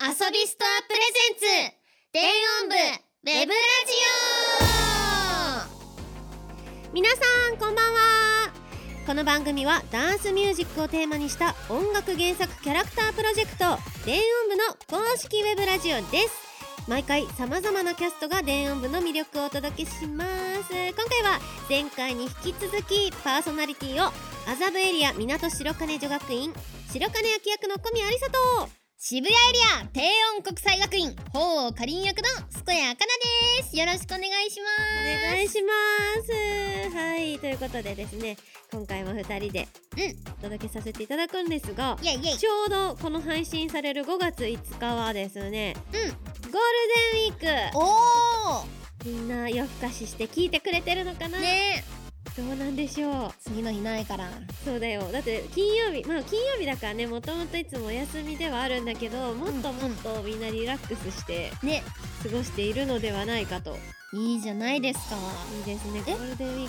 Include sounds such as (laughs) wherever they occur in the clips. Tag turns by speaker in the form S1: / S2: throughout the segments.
S1: 遊びストアプレゼンツ電音部ウェブラジオ皆さんこんばんはこの番組はダンスミュージックをテーマにした音楽原作キャラクタープロジェクト電音部の公式ウェブラジオです毎回さまざまなキャストが電音部の魅力をお届けします今回は前回に引き続きパーソナリティを麻布エリア港白金女学院白金焼役の小宮ありさと渋谷エリア低音国際学院法王かりん役のスコヤあかなですよろしくお願いしますお願いしますはいということでですね今回も2人で
S2: うん
S1: お届けさせていただくんですが
S2: イエイイエイ
S1: ちょうどこの配信される5月5日はですね
S2: うん
S1: ゴールデンウィーク
S2: お
S1: みんな夜更かしして聞いてくれてるのかな、
S2: おね
S1: どうなんでしょう
S2: 次の日ないから
S1: そうだよだって金曜日まあ金曜日だからねもともといつもお休みではあるんだけどもっともっとみんなリラックスして
S2: ね
S1: 過ごしているのではないかとい
S2: いいじゃないですか
S1: いですねゴ
S2: え
S1: ールデンウィーク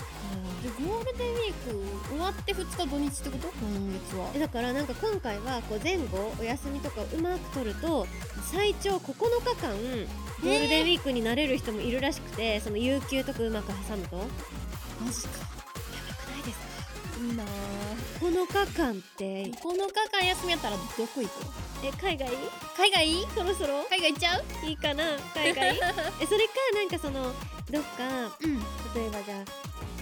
S2: でゴールデンウィーク終わって2日土日ってこと今月は
S1: えだからなんか今回はこう前後お休みとかをうまく取ると最長9日間ゴールデンウィークになれる人もいるらしくて、その有給とかうまく挟むとやば
S2: マジか
S1: くないですか
S2: いいな
S1: 9日間って
S2: この日間休みやったらどこ行く
S1: え海外
S2: 海外
S1: そろそろ
S2: 海外行っちゃう
S1: いいかな
S2: (laughs)
S1: 海外えそれかなんかそのどっか
S2: うん
S1: 例えばじゃあ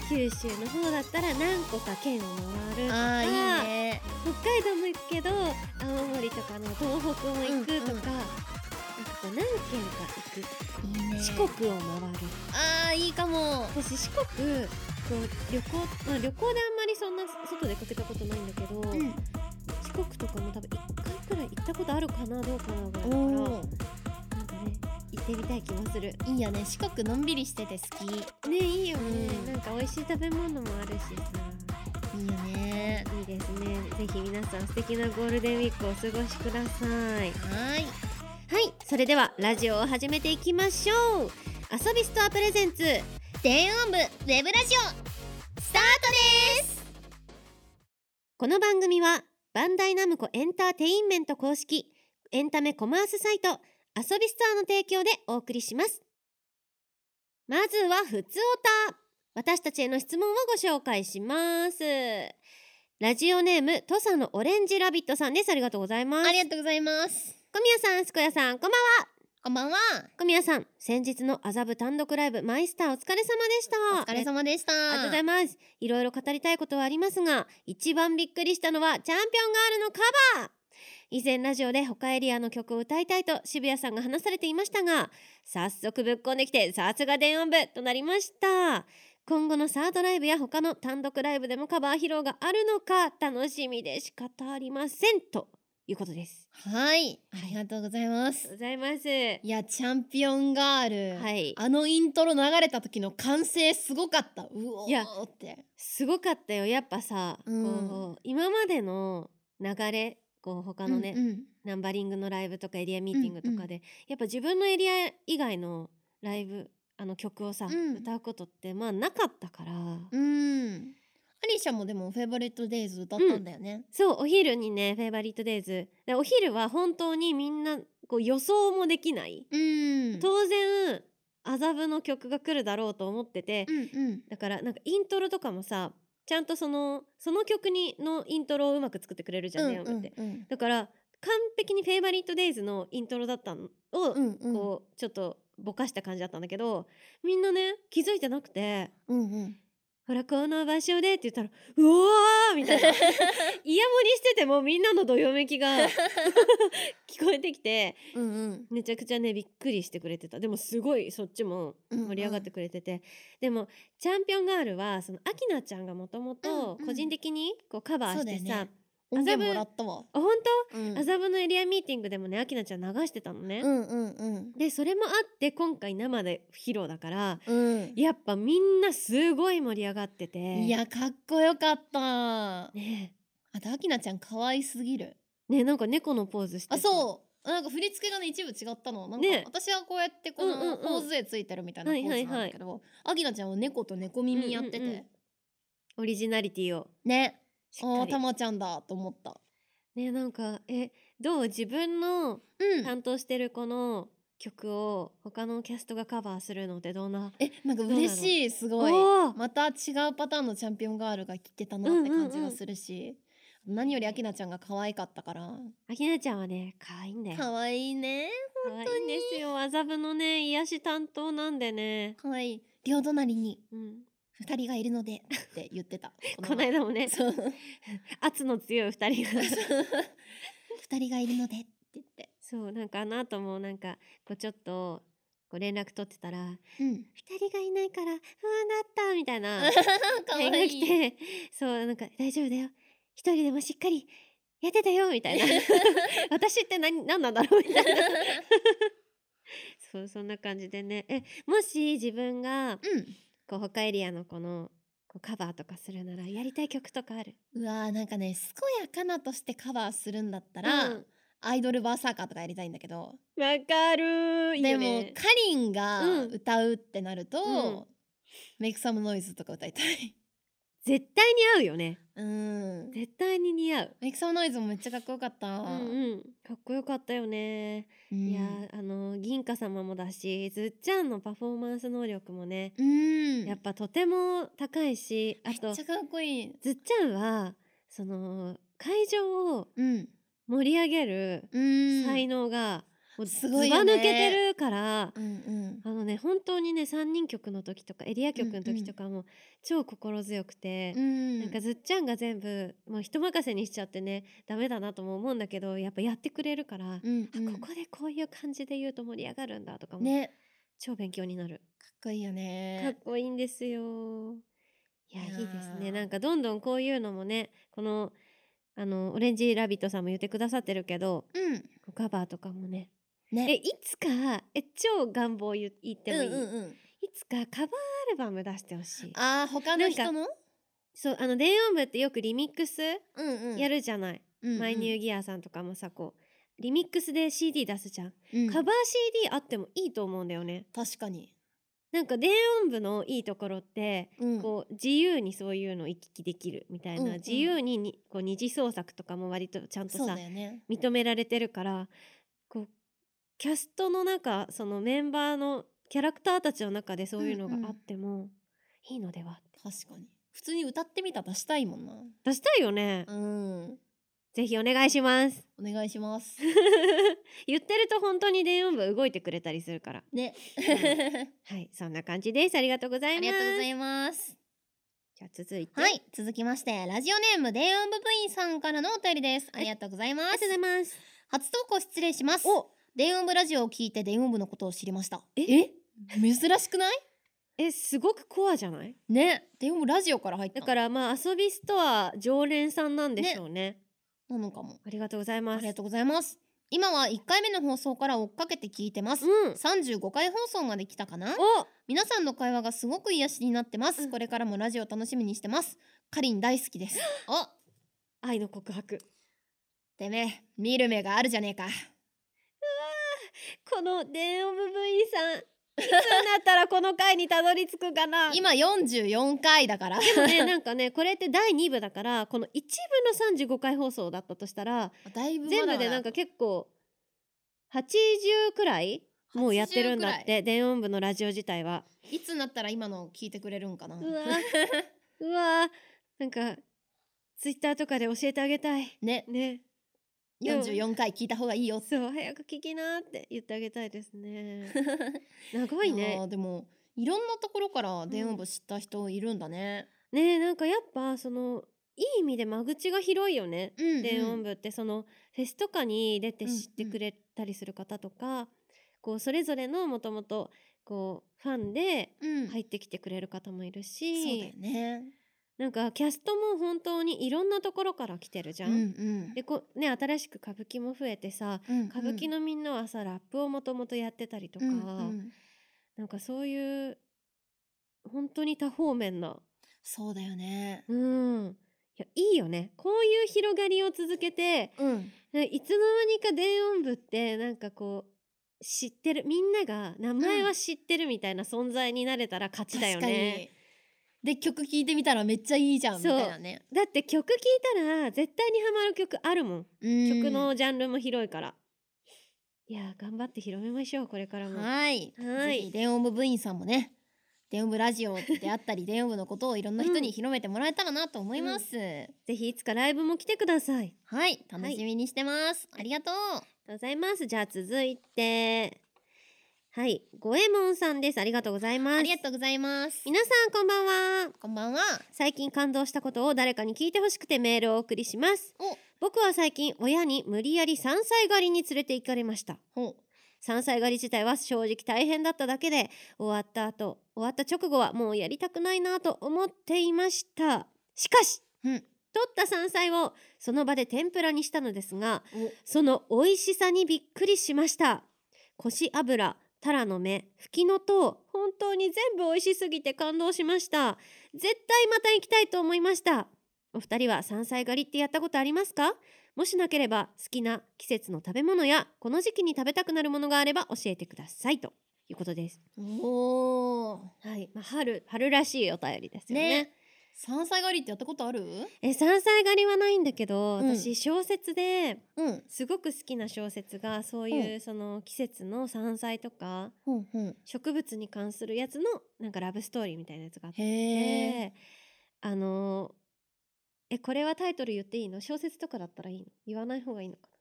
S1: 九州の方だったら何個か県を回るとか
S2: あーいいね
S1: 北海道も行くけど青森とかの東北も行くとか、
S2: うんうん
S1: なんかこう何県か行く
S2: いいね
S1: 四国を回る
S2: あーいいかも
S1: 私四国こう旅行、まあ、旅行であんまりそんな外出かけたことないんだけど、
S2: うん
S1: 四国とかも多分1回くらい行ったことあるかなどうかなぐらいだから
S2: おー
S1: なんかね行ってみたい気もする
S2: いいよね四国のんびりしてて好きい
S1: ねいいよね、
S2: うん
S1: なんか美味しい食べ物もあるしさ
S2: いよね
S1: いいですねぜひ皆さん素敵なゴールデンウィークをお過ごしください
S2: はーい
S1: はいそれではラジオを始めていきましょう遊びストアプレゼンツ
S2: 電音部ウェブラジオスタートです
S1: この番組はバンダイナムコエンターテインメント公式エンタメコマースサイト遊びストアの提供でお送りしますまずはふつおた私たちへの質問をご紹介しますラジオネーム土佐のオレンジラビットさんですありがとうございます
S2: あ
S1: 小
S2: りがとうございます
S1: 宮さんすこやさんこんばんは
S2: こんばんは
S1: 小宮さん先日の麻布単独ライブマイスターお疲れ様でした
S2: お疲れ様でした
S1: ありがとうございます。いろいろ語りたいことはありますが、一番びっくりしたのはチャンピオンガールのカバー以前ラジオで他エリアの曲を歌いたいと渋谷さんが話されていましたが、早速ぶっこんできてさすが電音部となりました。今後のサードライブや他の単独ライブでもカバー披露があるのか楽しみで仕方ありませんということです。
S2: はいありがとうございま
S1: ありが
S2: す
S1: とうございます。
S2: いやチャンピオンガール、
S1: はい。
S2: あのイントロ流れた時の歓声すごかったうお
S1: いや
S2: ーって
S1: すごかったよやっぱさ、
S2: うん
S1: こう今までの流れこう他のね、
S2: うんうん
S1: ナンバリングのライブとかエリアミーティングとかで、
S2: うん
S1: やっぱ自分のエリア以外のライブあの曲をさ、
S2: うん
S1: 歌うことってまあなかったから、
S2: うんアリシャもでもフェイバリットデイズ歌ったんだよね、
S1: そうお昼にね「フェイバリットデイズでお昼は本当にみんなこう予想もできない、
S2: うんうん、
S1: 当然麻布の曲が来るだろうと思ってて、
S2: うんうん
S1: だからなんかイントロとかもさちゃんとそのその曲にのイントロをうまく作ってくれるじゃんね、
S2: うん
S1: って、
S2: うん
S1: だから完璧に「フェイバリットデイズのイントロだったのを、
S2: うんうん
S1: こうちょっとぼかした感じだったんだけどみんなね気づいてなくて
S2: うんうん
S1: 「ほらこの場所で」って言ったら「うわー!」み
S2: (laughs)
S1: たいなイヤモニしててもみんなのどよめきが (laughs) 聞こえてきて
S2: うんうん
S1: めちゃくちゃねびっくりしてくれてたでもすごいそっちも盛り上がってくれてて、でも「チャンピオンガールは」そのあきなちゃんがもとも
S2: う
S1: と
S2: んうん
S1: 個人的にこうカバーして
S2: そうだよ
S1: さ
S2: ね音源もらったわ
S1: あ本当
S2: うん
S1: 麻布のエリアミーティングでもねあきなちゃん流してたのね、
S2: うんうんうん
S1: でそれもあって今回生で披露だから
S2: うん
S1: やっぱみんなすごい盛り上がってて
S2: いやかっこよかったあ
S1: ね
S2: とアキナちゃん可愛すぎる
S1: えねえなんか猫のポーズしてた
S2: あそうなんか振り付けがね一部違ったのなんか
S1: ね
S2: 私はこうやってこ
S1: うんうんう
S2: の
S1: ん
S2: ポーズでついてるみたいな
S1: は
S2: ポ
S1: い
S2: ー
S1: はい
S2: ズ
S1: はい
S2: なんだけどアキナちゃんは猫と猫耳やって
S1: うんうんうん
S2: て
S1: オリジナリティを
S2: ねあ
S1: しっか
S2: ーた
S1: り
S2: まちゃんだと思った
S1: ねえなんかえどう自分の
S2: うん
S1: 担当してるこの曲を他のキャストがカバーするのってどんな
S2: えなんか嬉しいすごい
S1: おー
S2: また違うパターンのチャンピオンガールが来てたなって感じがするし、何よりアキナちゃんが可愛かったから
S1: あきなちゃんはね可愛いんだよ
S2: 可愛いね
S1: 可愛いんですよ麻布のね癒し担当なんでね、
S2: 可愛い両隣に
S1: うん、
S2: 二人がいるのでって言
S1: (laughs)
S2: ってた
S1: この間もね
S2: そう
S1: 圧の強い二人
S2: (laughs)
S1: が
S2: 二人がいるのでって言って、
S1: そうなんかあの後もなんかこうちょっとこう連絡取ってたら
S2: うん、
S1: 二人がいないから不安だったみた
S2: (laughs)
S1: いな
S2: 可
S1: 連
S2: 愛
S1: 絡来
S2: い
S1: てそうなんか大丈夫だよ一人でもしっかりやってたよみた
S2: (laughs)
S1: いな私って何何なんだろうみたいな (laughs) そうそんな感じでねえもし自分がこう他エリアのこのこうカバーとかするならやりたい曲とかある
S2: うんうわーなんかね健やかなとしてカバーするんだったら、
S1: うん
S2: アイドルバーサーカーとかやりたいんだけど
S1: わかるいい
S2: で
S1: よ
S2: も、
S1: ね
S2: カリンが
S1: うん
S2: 歌うってなると、
S1: うん
S2: メイクサムノイズとか歌いたい。
S1: 絶対に合うよね
S2: うん。
S1: 絶対に似合う
S2: メイクサムノイズもめっちゃかっこよかった。
S1: うんうんかっこよかったよね、
S2: うん
S1: いやーあのー銀貨様もだしずっちゃんのパフォーマンス能力もね、
S2: うん。
S1: やっぱとても高いしあ
S2: め
S1: と
S2: っちゃかっこいい。
S1: ずっちゃんはその会場を
S2: うん。
S1: 盛り上げる
S2: うん。
S1: 才能が、もう
S2: すごいよ
S1: ず
S2: ね
S1: ば抜けてるから
S2: うんうん。
S1: あのね本当にね3人曲の時とかエリア曲の時とかも超心強くて、
S2: うん。
S1: なんかずっちゃんが全部もう人任せにしちゃってねダメだなとも思うんだけどやっぱやってくれるから、あ
S2: うんうん
S1: ここでこういう感じで言うと盛り上がるんだとかも、
S2: ね。
S1: 超勉強になる
S2: かっこいいよ
S1: かっ
S2: ね。
S1: こいいんですよいや
S2: いやー
S1: いいですねなんかどんどんこういうのもねこのあのオレンジラビットさんも言ってくださってるけど
S2: うん。
S1: カバーとかもねえ
S2: ね。
S1: いつかえ超願望言言ってもいい、
S2: うんうんうん。
S1: いつかカバーアルバム出してほしい
S2: ああ、他の人の。
S1: そうあの電音部ってよくリミックス
S2: うんうん。
S1: やるじゃない、
S2: うんうん。
S1: マイニューギアさんとかもさこうリミックスで CD 出すじゃん、
S2: うん
S1: カバー CD あってもいいと思うんだよね
S2: 確かに。
S1: なんか電音部のいいところって、
S2: うん。
S1: こう自由にそういうのを行き来できるみたいな、
S2: うんうん
S1: 自由ににこう二次創作とかも割とちゃんと
S2: そう
S1: さ
S2: だよね。
S1: 認められてるからこうキャストの中そのメンバーのキャラクターたちの中でそういうの
S2: うんうん
S1: があってもいいのではって、
S2: 確かに。普通に歌ってみたら出したいもんな。
S1: 出したいよね、
S2: うん。
S1: ぜひお願いします (laughs)
S2: お願いします。
S1: 言ってると本当に電音部動いてくれたりす
S2: (laughs)
S1: るから (laughs)
S2: ね。
S1: はい、そんな感じです。ありがとうござ
S2: (laughs)
S1: い
S2: あ
S1: ます。
S2: りがとうございます。
S1: じゃあ続いて。
S2: はい、続きまして、ラジオネーム電音部部員さんからのお便りです。ありがとうございま
S1: ありが
S2: す
S1: とう。ございます。
S2: 初投稿失礼します。
S1: お、
S2: 電音部ラジオを聞いて電音部のことを知りました。
S1: え
S2: 珍しく
S1: (laughs)
S2: ない？
S1: え、すごくコアじゃない？
S2: ね、電音部ラジオから入った
S1: だからまあ遊びストア常連さんなんでしょうね。
S2: なのかも。
S1: ありがとうござい
S2: あ
S1: ます。
S2: りがとうございます。今は1回目の放送から追っかけて聞いてます。
S1: うん。
S2: 35回放送まで来たかな
S1: お、
S2: 皆さんの会話がすごく癒しになってます、
S1: うん
S2: これからもラジオ楽しみにしてますかりん大好きですお
S1: 愛の告白。
S2: てめえ見る目があるじゃねえか
S1: この電音部部員さん、いつになったらこの回にたどり着くかな。
S2: 今44回だから
S1: でも (laughs) ね、なんかね、これって第2部だから、この1部の35回放送だったとしたら、
S2: だいぶまだ
S1: 全部でなんか結構80くらいもうやってるんだっ
S2: 80くら
S1: て電音部のラジオ自体は。
S2: いいつになったら今の聞いてくれるんかな
S1: うわうわなんかツイッターとかで教えてあげたい
S2: ね
S1: ねでも
S2: 44回聞いた方がいいよ
S1: そう早く聞きなって言ってあげたいです
S2: (laughs)
S1: ね長い
S2: あー
S1: ね
S2: でもいろんなところから電話部知った人いるんだね、
S1: ねえなんかやっぱそのいい意味で間口が広いよね、
S2: うんうん
S1: 電音部ってそのフェスとかに出て
S2: うんうん
S1: 知ってくれたりする方とか、こうそれぞれのもともとこうファンで
S2: うん
S1: 入ってきてくれる方もいる
S2: そうだ
S1: し、
S2: よね
S1: なんかキャストも本当にいろんなところから来てるじゃ
S2: うん
S1: ん、
S2: うん
S1: でこうね新しく歌舞伎も増えてさ
S2: うんうん
S1: 歌舞伎のみんなはさ、ラップをもともとやってたりとか、
S2: うんうん
S1: なんかそういう本当に多方面な
S2: そうだよね
S1: うんいやいいよねこういう広がりを続けて
S2: うん
S1: ねいつの間にか電音部ってなんかこう知ってるみんなが名前は知ってるみたいな存在になれたら勝ちだよね、
S2: で曲聴いてみたらめっちゃいいじゃんみ
S1: そう
S2: たいなね
S1: だって曲聴いたら絶対にハマる曲あるもん、
S2: うん
S1: 曲のジャンルも広いからいやー頑張って広めましょうこれからも
S2: はい
S1: はい
S2: ぜひ電音部部員さんもね電音部ラジオであったり電音部のことをいろんな人に広めてもらえたらなと思います、
S1: ぜひいつかライブも来てください
S2: はい楽しみにしてます、ありがとう
S1: ありがとうございますじゃあ続いてはい五右衛門さんですありがとうございます
S2: ありがとうございます
S1: 皆さんこんばんは
S2: こんばんは
S1: 最近感動したことを誰かに聞いてほしくてメールをお送りします
S2: お
S1: 僕は最近親に無理やり山菜狩りに連れて行かれました
S2: ほ
S1: 山菜狩り自体は正直大変だっただけで終わった後終わった直後はもうやりたくないなと思っていましたしかし、
S2: うん
S1: 取った山菜をその場で天ぷらにしたのですが
S2: うお
S1: その美味しさにびっくりしましたこし油タラの芽フキノトウ本当に全部美味しすぎて感動しました絶対また行きたいと思いましたお二人は山菜狩りってやったことありますかもしなければ好きな季節の食べ物やこの時期に食べたくなるものがあれば教えてくださいということです
S2: おー
S1: はい、まあ、春春らしいお便りですよね
S2: ね山菜狩りってやったことある
S1: え山菜狩りはないんだけど
S2: うん
S1: 私小説で
S2: うん
S1: すごく好きな小説がそういう、その季節の山菜とか
S2: ほんほん
S1: 植物に関するやつのなんかラブストーリーみたいなやつがあっ
S2: へえ
S1: てあのえこれはタイトル言っていいの小説とかだったらいいの言わない方がいいのかな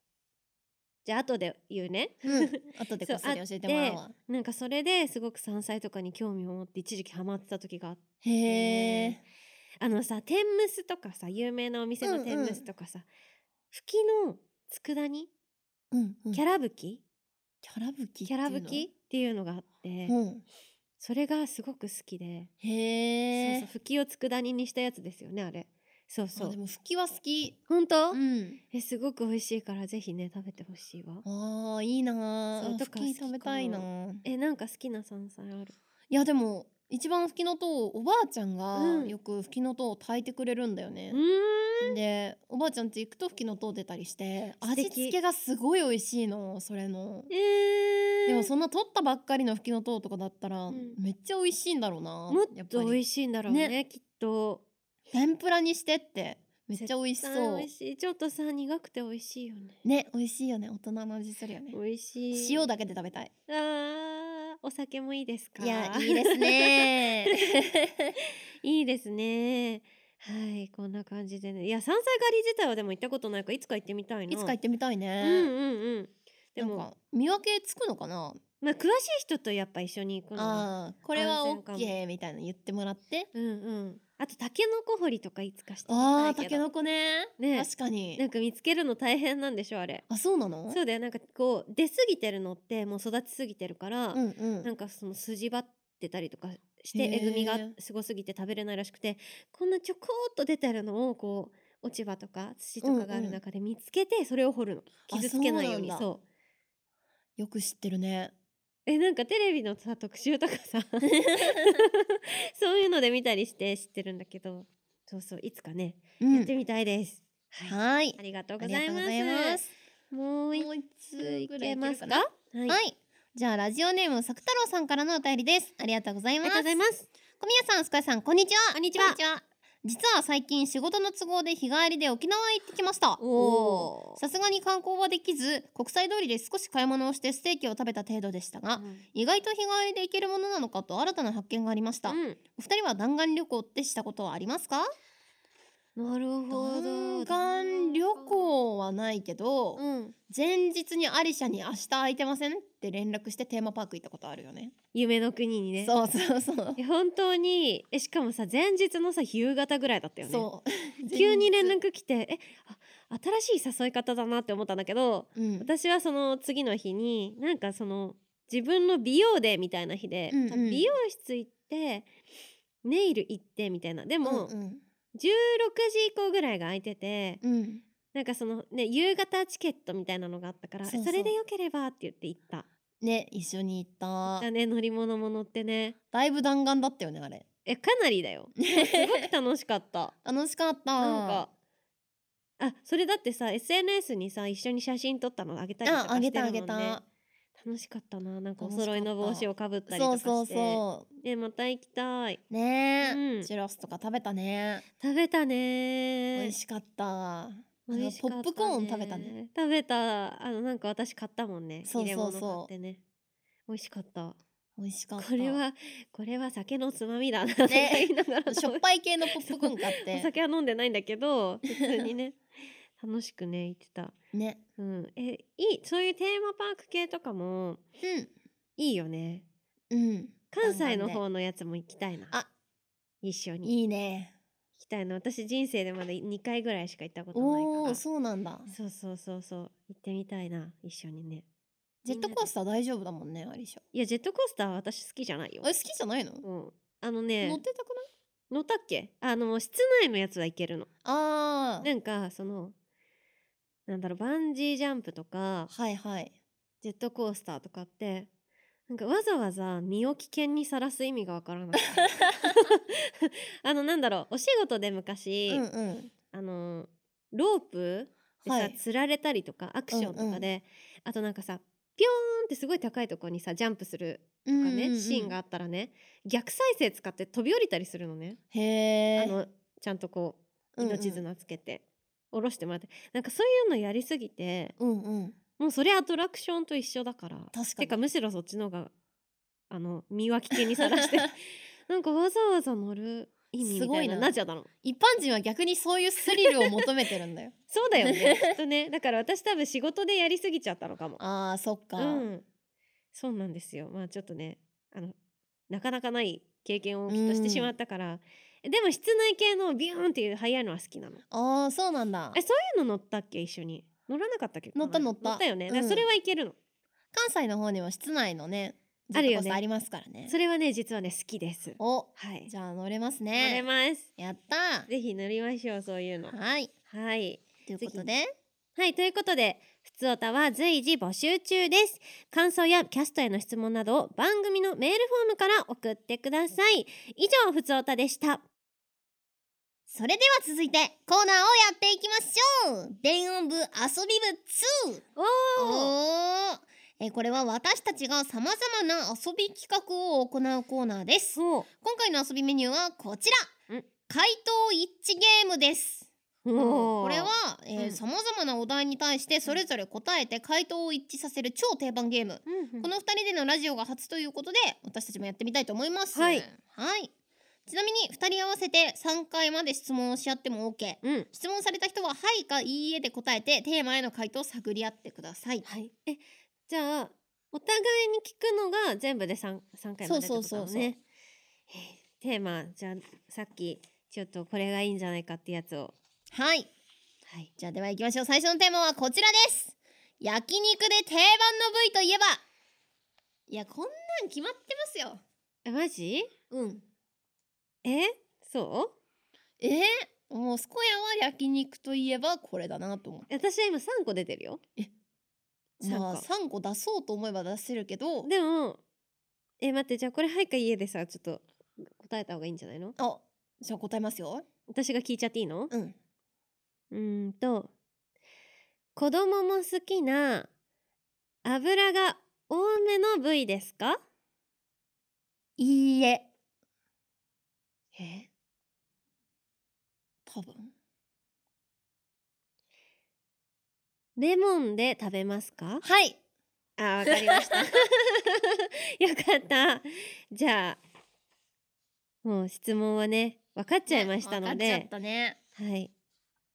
S1: じゃあ後で言うね
S2: うん後でこっそり教えてもらう
S1: (laughs) そうあ
S2: わ
S1: なんかそれですごく山菜とかに興味を持って一時期ハマってた時があって
S2: へえ
S1: あのさ天むすとかさ有名なお店の天むすとかさ、ふきの佃煮
S2: うんうん
S1: キャラ吹き、
S2: キャラブキ
S1: キャラ吹きっていうのがあって、
S2: うん
S1: それがすごく好きで、
S2: へえ
S1: そうそう吹きを佃煮にしたやつですよねあれそうそ
S2: あで
S1: う
S2: も吹きは好き
S1: 本当、
S2: ん
S1: えすごく美味しいからぜひね食べてほしいわ
S2: あーいいな
S1: そう
S2: ー
S1: と
S2: ふ
S1: か
S2: き食べたいな
S1: 好き
S2: ー
S1: えなんか好きな山菜ある
S2: いやでも一番ふきのとうおばあちゃんが
S1: うん
S2: よくふきのとうを炊いてくれるんだよね
S1: う、ん
S2: でおばあちゃんち行くとふきのとう出たりして
S1: 素
S2: 味
S1: 敵
S2: 付けがすごい美味しいのそれの
S1: えー、
S2: でもそんな取ったばっかりのふきのとうとかだったら、
S1: ん
S2: めっちゃ美味しいんだろうな
S1: も
S2: やぱ
S1: っと美
S2: り
S1: 味しいんだろうねきっと
S2: 天ぷらにしてってめっちゃ美味し
S1: 絶対
S2: そう
S1: 美味しいちょっとさ苦くて美味しいよね
S2: ね美味しいよね大人の味するよね
S1: 美味しい
S2: 塩だけで食べたい
S1: あーお酒もいいですか
S2: いやいいですね
S1: (laughs) いいですねはいこんな感じでねいや山菜狩り自体はでも行ったことないからいつか行ってみたいない
S2: つか行って (laughs) みたいね、
S1: うんうんうんで
S2: なん
S1: も
S2: か見分けつくのかな、
S1: まあ詳しい人とやっぱ一緒に行くのは
S2: あーこれは
S1: 安全かも
S2: OK みたいなの言ってもらって
S1: うんうんあとタケノコ掘りとかいつかしてみ
S2: あ
S1: た
S2: あ
S1: い
S2: た
S1: け
S2: け
S1: ど
S2: のこね
S1: ね
S2: 確かに
S1: なんか見つけるの大変なんでしょあれ
S2: あそうなの
S1: そうだよなんかこう出過ぎてるのってもう育ちすぎてるから、
S2: うんうん
S1: なんかその筋張ってたりとかして
S2: へー
S1: えぐみがすごすぎて食べれないらしくてこんなちょこーっと出てるのをこう落ち葉とか土とかがあ
S2: うんう
S1: る
S2: ん
S1: 中で見つけてそれを掘るの傷つけないように
S2: そ
S1: そうう
S2: なんだよく知ってるね
S1: えなんかテレビのさ特集とか
S2: (laughs)
S1: さそういうので見たりして知ってるんだけどそうそういつかね、
S2: うん
S1: やってみたいですはい
S2: はーい
S1: ありがとう
S2: あ
S1: ご
S2: り
S1: ざ
S2: が
S1: い
S2: とう
S1: ま
S2: ご
S1: す
S2: ざいます
S1: もう一
S2: もう一
S1: つ
S2: 通
S1: い
S2: ぐらい
S1: け
S2: い
S1: ま
S2: ますす
S1: か
S2: か
S1: は
S2: はい、じゃあラジオネーム作太郎さんからのお便りですありがとうござい
S1: あ
S2: ま
S1: りが
S2: す
S1: とうございます
S2: 小宮さん、すかいさん、こんにちは。
S1: こんにちは
S2: 実は最近仕事の都合で日帰りで沖縄へ行ってきました。
S1: おー
S2: さすがに観光はできず、国際通りで少し買い物をしてステーキを食べた程度でしたが、意外と日帰りで行けるものなのかと新たな発見がありました。
S1: うん
S2: お二人は弾丸旅行ってしたことはありますか
S1: なるほど。
S2: 弾丸旅行はないけど、
S1: うん。
S2: 前日にアリシャに明日空いてませんって連絡してテーマパーク行ったことあるよね。
S1: 夢の国にね。
S2: そうそうそう。
S1: いや本当にえしかもさ前日のさ夕方ぐらいだったよね。
S2: そう。
S1: (laughs) 急に連
S2: 前日。
S1: 絡来てえあ新しい誘い方だなって思ったんだけど
S2: うん。
S1: 私はその次の日になんかその自分の美容デーみたいな日で、
S2: うんうん
S1: 美容室行ってネイル行ってみたいなでも、
S2: うんうん
S1: 16時以降ぐらいが空いてて
S2: うん、
S1: なんかそのね夕方チケットみたいなのがあったからえ
S2: そうそう
S1: それでよければって言って行った。
S2: ね一緒に行った
S1: だね乗り物も乗ってね
S2: だいぶ弾丸だったよねあれ
S1: えかなり
S2: (laughs)
S1: だよすごく楽しかった
S2: 楽しかった
S1: なんかあそれだってさ SNS にさ一緒に写真撮ったのあげたりと
S2: あ
S1: か
S2: あ
S1: し
S2: げ
S1: てる
S2: たあ
S1: もん、ね、
S2: げた
S1: 楽しかったななんかお
S2: 楽しかった
S1: 揃いの帽子をかぶったりと
S2: そ
S1: か
S2: う
S1: して
S2: そうそ
S1: ねまた行きたいう
S2: ねえ、
S1: うん
S2: チュロスとか食べたね
S1: 食べた
S2: 美
S1: ね
S2: 味しかった
S1: 美味しかったね
S2: ポップコーン食べたね
S1: 食べたあのなんか私買ったもんね
S2: そうそうそう
S1: 入れ物買ってね美味しかった
S2: 美味しかった
S1: これはこれは酒のつまみだなとか言いながら、
S2: しょっぱい系のポップコーン買っ
S1: (laughs) お
S2: て
S1: 酒は飲んでないんだけど普通にね楽しくね行ってた
S2: ね
S1: うんえいいそういうテーマパーク系とかもいいよね
S2: うんうん
S1: 関
S2: 弾
S1: 西
S2: 丸
S1: の
S2: で
S1: 方のやつも行きたいな
S2: あ
S1: 一緒に行
S2: いいね
S1: きたいな私人生でまだ2回ぐらいしか行ったことないから
S2: おおーそうなんだ
S1: そうそうそうそう行ってみたいな一緒にね
S2: ジェットコースター大丈夫だもんねアリシャ
S1: いやジェットコースターは私好きじゃないよ
S2: あれ好きじゃないの
S1: うんあ
S2: 乗
S1: の
S2: っ
S1: ね
S2: てたくない
S1: 乗ったっけあの室内のやつは行けるの
S2: あー
S1: なんかそのなんだろうバンジージャンプとか
S2: はいはい
S1: ジェットコースターとかってなんかわざわざ身を危険にさらす意味がわか
S2: (laughs)
S1: らない (laughs) あのなんだろうお仕事で昔、
S2: うんうん
S1: あのロープでさ、
S2: はい
S1: 釣られたりとかアクションとかで、あとなんかさピョーンってすごい高いとこにさジャンプする
S2: と
S1: とかね、シーンがあったらね逆再生使って飛び降りたりするのね、
S2: へ
S1: あ
S2: え
S1: のちゃんとこう命綱つけて、下ろしてもらってなんかそういうのやりすぎて
S2: うんうん
S1: もうそれアトラクションと一緒だから
S2: 確か
S1: て
S2: に
S1: かむしろそっちの方があの身は危険にさらして
S2: (laughs)
S1: なんかわざわざ乗る意味みたいな
S2: すごいな
S1: なっちゃったの
S2: 一般人は逆にそういうスリルを求めてるんだよ
S1: そうだよねきっとねだから私多分仕事でやりすぎちゃったのかも
S2: あーそっか、
S1: うんそうなんですよまあちょっとねあのなかなかない経験をきっとしてしまったから、でも室内系のビューンっていう速いのは好きなの
S2: ああそうなんだ
S1: えそういうの乗ったっけ一緒に乗らなかったっけ
S2: 乗った乗った
S1: 乗ったよね、だから
S2: うん
S1: それはいけるの
S2: 関西の方にも室内のねジ
S1: あ
S2: ェ
S1: る
S2: ットコース
S1: よね
S2: ターありますからね
S1: それはね実はね好きです
S2: お
S1: はい
S2: じゃあ乗れます
S1: 乗れ
S2: ね
S1: ます
S2: やった
S1: ぜひ乗りましょうそういうの
S2: はい
S1: はい
S2: ということで
S1: はい、ということで、ふつおたは随時募集中です。感想やキャストへの質問などを番組のメールフォームから送ってください。以上、ふつおたでした。
S2: それでは続いてコーナーをやっていきましょう電音部遊び部2
S1: お
S2: お
S1: ー
S2: ーえーこれは私たちがさまざまな遊び企画を行うコーナーです
S1: そう。
S2: 今回の遊びメニューはこちら
S1: ん
S2: 回答一致ゲームです
S1: おー
S2: これは、え
S1: うん
S2: さまざまなお題に対してそれぞれ答えて回答を一致させる超定番ゲーム、
S1: うんうん
S2: この2人でのラジオが初ということで私たちもやってみたいと思います
S1: はい
S2: はいちなみに2人合わせて3回まで質問をし合っても OK
S1: うん。
S2: 質問された人は「はい」か「いいえ」で答えてテーマへの回答を探り合ってください
S1: はい。え、じゃあ、お互いに聞くのが全部で三三回までってことだも
S2: そ
S1: んね。
S2: うそうそうそう
S1: えーテーマ、じゃあ、さっき、ちょっとこれがいいんじゃないかってやつを。
S2: はい
S1: はい。
S2: じゃあでは行きましょう最初のテーマはこちらです焼肉で定番の部位といえばいやこんなん決まってますよ
S1: え、マジ
S2: うん
S1: えそう
S2: えー、もうスコヤは焼肉といえばこれだなと思って
S1: 私は今3個出てるよ。
S2: え
S1: 三個
S2: まあ3個出そうと思えば出せるけど
S1: でも、え、待って、じゃあこれはいか家でさ、ちょっと答えた方がいいんじゃないの
S2: あじゃあ答えますよ
S1: 私が聞いちゃっていいの
S2: うん
S1: うーんと、子供も好きな油が多めの部位ですか
S2: いいえ
S1: え
S2: 多分
S1: レモンで食べますか
S2: はい
S1: (laughs) あー、わかりま (laughs) した。よかった。じゃあ、もう質問はね、分かっちゃいましたの
S2: わかっちゃ
S1: で
S2: っ、たね
S1: はい。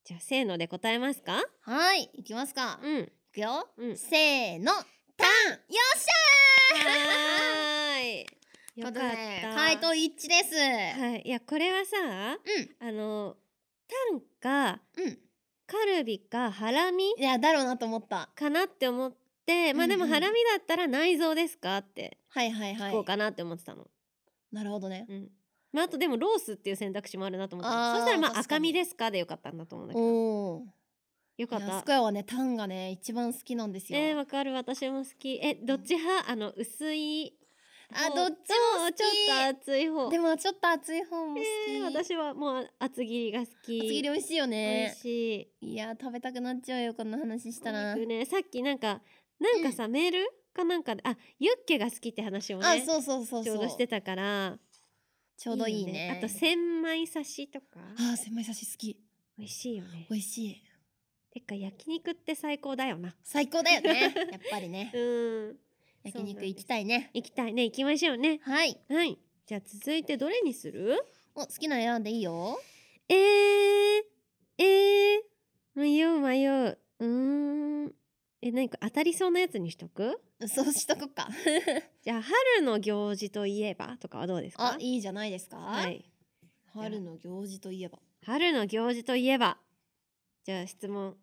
S1: じゃあ、せーので答えますか
S2: はいいきますか、い
S1: うん。
S2: くよ、
S1: うん
S2: せーのタンよっし
S1: は (laughs) ーい。
S2: ゃ
S1: よかっ
S2: と
S1: た。
S2: いうことで回答一致です、
S1: はい、いや、これはさ、あの、タンか、
S2: うんうん
S1: カルビか、ハラミ
S2: いやだろうなと思った
S1: かなって思って、まあ、
S2: うんう
S1: で
S2: ん
S1: も、ハラミだったら内臓ですかって。
S2: はいはいは
S1: こう
S2: い
S1: かなって思ってたの。
S2: なるほどね
S1: うん。まあ、あと、でも、ロースっていう選択肢もあるなと思ったの。
S2: あー
S1: そしたら、まあ、
S2: 確か
S1: 赤
S2: に
S1: 身ですかでよかったんだと思うんだけど。
S2: おお
S1: よかっ
S2: ス
S1: た
S2: コ。ヤはねタンがね一番好きなんですよ、
S1: えー、わかる私も好きえどっち派あの薄い
S2: あ
S1: 方
S2: どっちも好き
S1: とちょっと厚い方
S2: でもちょっと熱い方も好き、
S1: えー
S2: 厚
S1: 私はもう厚切りが好き
S2: 切り美味しいよ
S1: 美
S2: ね
S1: 味しい
S2: いやー食べたくなっちゃうよこんな話したら
S1: お肉ねさっきなんかなんかさ、メールかなんかであユッケが好きって話を
S2: あ
S1: ね
S2: そうそうそうそう
S1: ちょうどしてたから
S2: ちょうどいいね
S1: よあと千枚刺しとか
S2: あー千枚刺し好き
S1: 美味しいよね
S2: 美味しい
S1: てか焼肉って最高だよな
S2: 最高だよ
S1: (laughs)
S2: ねやっぱりね
S1: うん
S2: 焼肉行きたいね
S1: 行きたいね行きましょうね
S2: はい
S1: はいじゃあ続いてどれにする
S2: お好きなの選んでいいよ
S1: えー、えー、迷う迷ううーんえ何か当たりそうなやつにしとく
S2: そうしとこっか
S1: じゃあ春の行事といえばとかはどうですか
S2: あいいじゃないですか、
S1: はい、
S2: 春の行事といえば
S1: 春の行事といえばじゃあ質問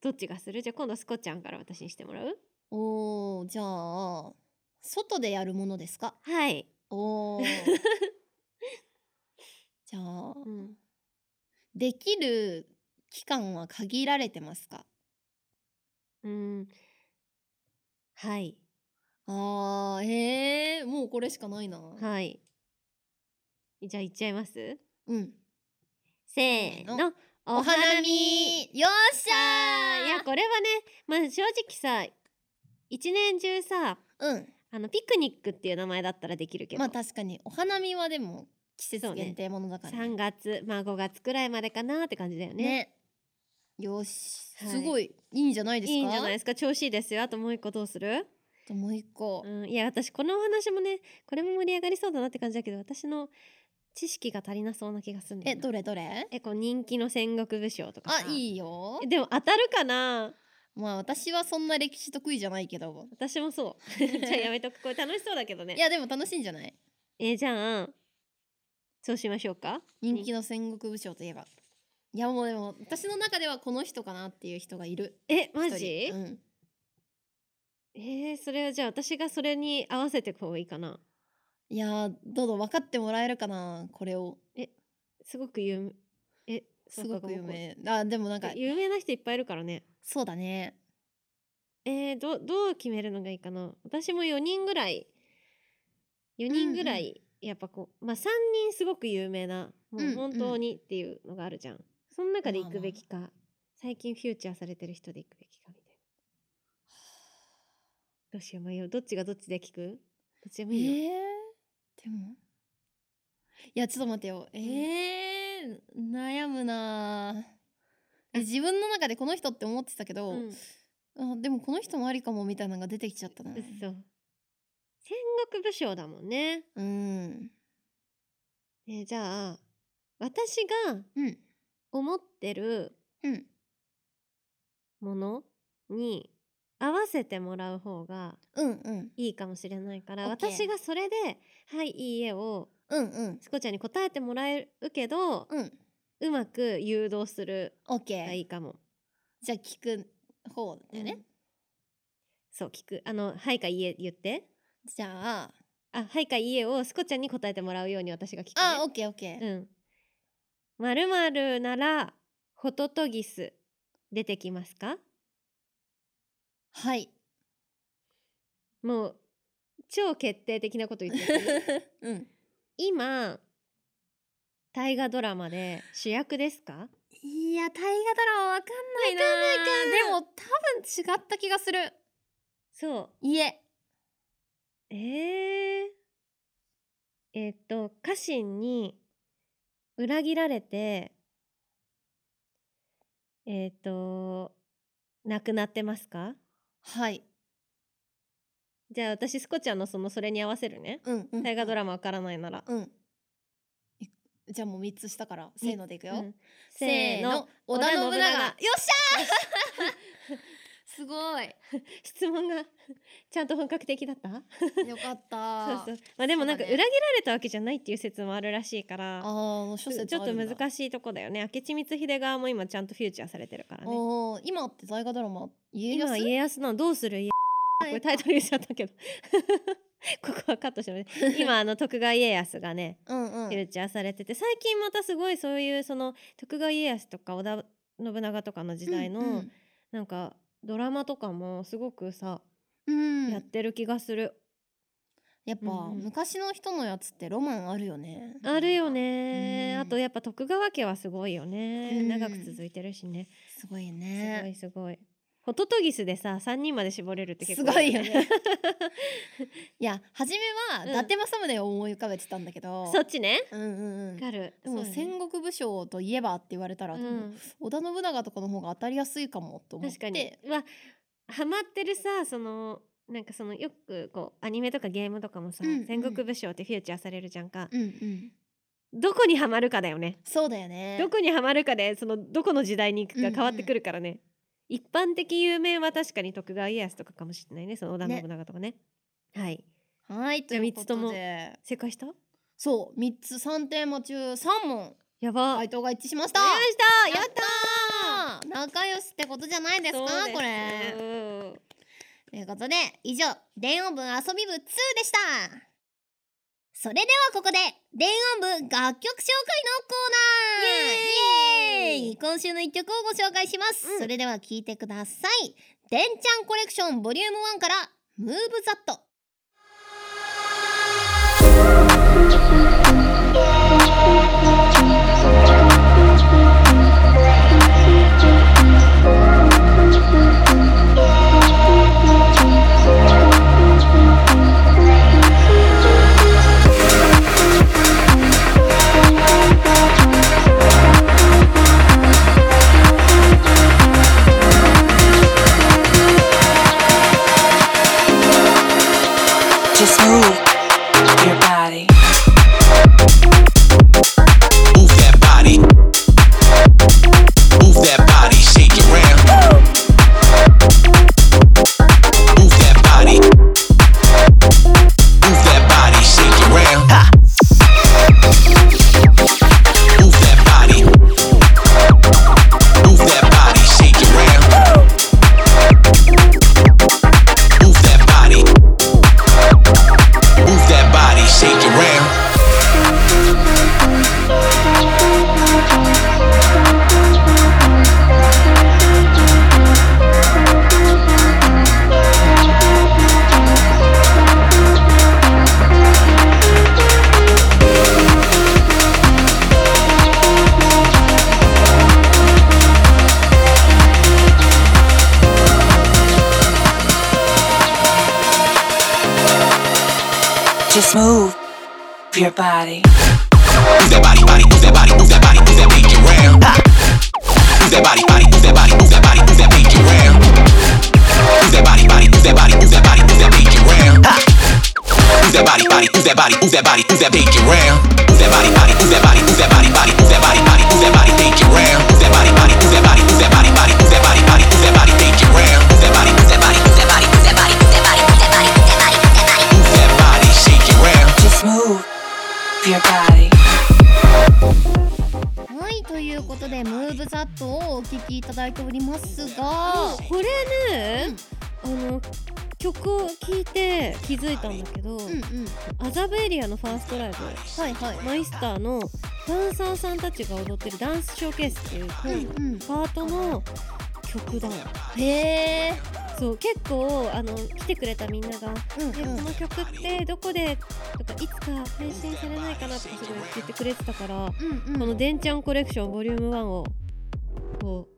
S1: どっちがするじゃあ今度スコちゃんから私にしてもらう
S2: おーじゃあ外でやるものですか
S1: はい、
S2: お
S1: (laughs)
S2: ーじゃあ
S1: うん、
S2: できる期間は限られてますか
S1: うん。はい。
S2: あーえー、もうこれしかないな、
S1: はい。じゃあ行っちゃいます
S2: うん
S1: せーの。
S2: お花見よっし
S1: あーい
S2: ゃ
S1: や、これはね、まあ正直さ、一年中さ、
S2: ーうん
S1: あの、ピクニックっていう名前だったらできるけど、
S2: まあ確かにお花見はでも季節限定ものだから
S1: 3月、まあ5月くらいまでかなって感じだよね。
S2: よし、
S1: はい
S2: すごいいいんじゃないですか
S1: いいんじゃないですか調子いいですよ。あともう一個どうする
S2: あともう一個、
S1: うん、いや、私このお話もね、これも盛り上がりそうだなって感じだけど、私の知識が足りなそうな気がするんだ
S2: え
S1: よな
S2: どれどれ
S1: えこう人気の戦国武将とか
S2: あ
S1: さ
S2: いいよ
S1: えでも当たるかな
S2: まあ私はそんな歴史得意じゃないけど
S1: 私もそう
S2: (laughs)
S1: (laughs) じゃあやめとくこれ楽しそうだけどね
S2: いやでも楽しいんじゃない
S1: えじゃあそうしましょうか
S2: 人気の戦国武将といえばいやもうでも私の中ではこの人かなっていう人がいる
S1: えマ
S2: 一
S1: ジ
S2: 人、うん、
S1: えーそれはじゃあ私がそれに合わせてこういいかない
S2: やーどうぞ分かってもらえるかなこれを
S1: すごく有名え
S2: すごく有
S1: そう
S2: 名あでもなん
S1: か
S2: か
S1: ごめん有名な人いっぱいいるからね
S2: そうだね
S1: えー、どどう決めるのがいいかな私も4人ぐらい4人ぐらい、やっぱこうまあ3人すごく有名なも
S2: うんう
S1: うん本当にっていうのがあるじゃん、その中で行
S2: まあま
S1: く
S2: あ
S1: べきか、最近フューチャーされてる人で行くべきかみたいなどうしよう迷うどっちがどっちで聞くどっちでも
S2: え
S1: いいよ、
S2: ー、でもいやちょっと待ってよえー、悩むなあえ自分の中でこの人って思ってたけど、
S1: うん
S2: あでもこの人もありかもみたいなのが出てきちゃったな
S1: うっそ戦国武将だもんね、
S2: うん
S1: えーじゃあ私が
S2: うん
S1: 思ってる
S2: うん
S1: ものに合わせてもらう方が
S2: うんうん
S1: いいかもしれないから
S2: OK
S1: 私がそれで「はいいいえ」を
S2: うんうん
S1: スコちゃんに答えてもらえるけど
S2: うん
S1: うまく誘導する
S2: オッケ
S1: が
S2: ー
S1: いいかも。
S2: じゃあ聞く方だよね、
S1: そう聞くあの「はい」か「いいえ」言って。
S2: じゃあ
S1: あ「はい」か「いいえ」をスコちゃんに答えてもらうように私が聞く、ね。
S2: あオッケーオッケー
S1: うん。まるまるならホトトギス出てきますか？
S2: はい
S1: もう超決定的なこと言ってる。
S2: うん
S1: 今大河ドラマで主役ですか
S2: いや大河ドラマわかんないなでも多分違った気がする
S1: そ
S2: いえ
S1: うえー、えっと家臣に裏切られてえっと亡くなってますか
S2: はい
S1: じゃあ私スコちゃんのそのそれに合わせるね
S2: うんうん
S1: 大河ドラマわからないなら、
S2: うんいじゃあもう三つしたからせーのでいくよ、
S1: うんせーの
S2: 織田信長
S1: 織田信長
S2: よっしゃーすごい
S1: 質問が (laughs) ちゃんと本格的だった
S2: よかっ
S1: そう
S2: た
S1: そうまあでもなんか
S2: そうだね
S1: 裏切られたわけじゃないっていう説もあるらしいから
S2: あーもう諸
S1: ちょ
S2: 説
S1: ちょっと
S2: い
S1: 難しいとこだよね明智光秀側も今ちゃんとフューチャーされてるからね
S2: おー今って大河ドラマ家
S1: 今
S2: 康
S1: 家康のどうする家これタイトル言っちゃったけど (laughs) ここはカットして
S2: (laughs)
S1: もらって今あの徳川家康がね
S2: うんう
S1: フ
S2: ん
S1: ューチャーされてて最近またすごいそういうその徳川家康とか織田信長とかの時代
S2: うんう
S1: の
S2: ん
S1: なんかドラマとかもすごくさ
S2: うん
S1: やってる気がする
S2: やっぱ、
S1: うんうん
S2: 昔の人のやつってロマンあるよね
S1: あるよね
S2: うん
S1: あとやっぱ徳川家はすごいよね
S2: うん
S1: 長く続いてるしね
S2: すごい
S1: すごい
S2: ね
S1: すごいホトトギスでさ3人まで絞れるって結
S2: す
S1: 構
S2: ごいよねいや初めは、
S1: うん
S2: 伊達政宗を思い浮かべてたんだけど
S1: (laughs) そっちね
S2: うんうんうん
S1: わかる
S2: でも
S1: そうね
S2: 戦国武将といえばって言われたら、でも
S1: うん
S2: 織田信長とかの方が当たりやすいかもと思っ
S1: 確かに
S2: て
S1: うわハマってるさそのなんかそのよくこうアニメとかゲームとかもさ、
S2: うんうん
S1: 戦国武将ってフィーチャーされるじゃんか、
S2: うんうん
S1: どこにはまるかだよね
S2: そうだよね
S1: どこにはまるかでそのどこの時代に行くか変わってくるからね、一般的有名は確かに徳川家康とかかもしれないねその織田信長とかねはい
S2: はいと
S1: ゃ
S2: い
S1: あ三
S2: うこ
S1: つとも
S2: とで
S1: 正解した
S2: そう3つ3テーマ中3問
S1: やば、
S2: 回答が一致しました
S1: やりましたやった
S2: やったー仲良しってことじゃないですか
S1: そう
S2: これ
S1: ねうん
S2: ということで以上電音部遊び部2でしたそれではここで電音部楽曲紹介のコーナーイエーイ
S1: イエーイ
S2: 今週の一曲をご紹介します、
S1: うん
S2: それでは聴いてください「でんちゃんコレクションボリューム1から「ムーブザット
S3: Just move your body.
S4: Move that body. Move that body, shake it round. Move that body. Move that body, shake it round. Move that body. Move that body, shake it round. Move that body. Move that body, shake it round.
S3: Just move your body.
S4: Move that body, body, move that body, move that body, move that make it round. Ha! Move that body, body, move that body, move that body, move that make it round. Move that body, body, move that body, move that body, move that make it round. Ha! Move that body, body, move that body, move that body, move that make it round. Move that body, body, move that body, move that body, body, move that body, body, move that body, make it round. Move that body, body, move that body, move that body, body, move that body, body, move that body, make it round. Move that body, move that body, move that body, move that body, move that body, move that body, move that body, move that body. Move that body, shake it round.
S3: Just move your body.」
S2: はいということで「ムーブザットをお聴きいただいておりますが
S1: これね、あの曲を聴いて気づいたんだけど、
S2: うんうん
S1: アザブエリアのファーストライブ
S2: はいはい
S1: マイスターのダンサーさんたちが踊ってるダンスショーケースっていう、
S2: うんうん
S1: パートの曲だわ
S2: へえ
S1: そう結構あの来てくれたみんなが
S2: うん
S1: でこの曲ってどこでとかいつか配信されないかなとかすごい言ってくれてたから、
S2: うん
S1: この「でんちゃんコレクションボリューム1をこ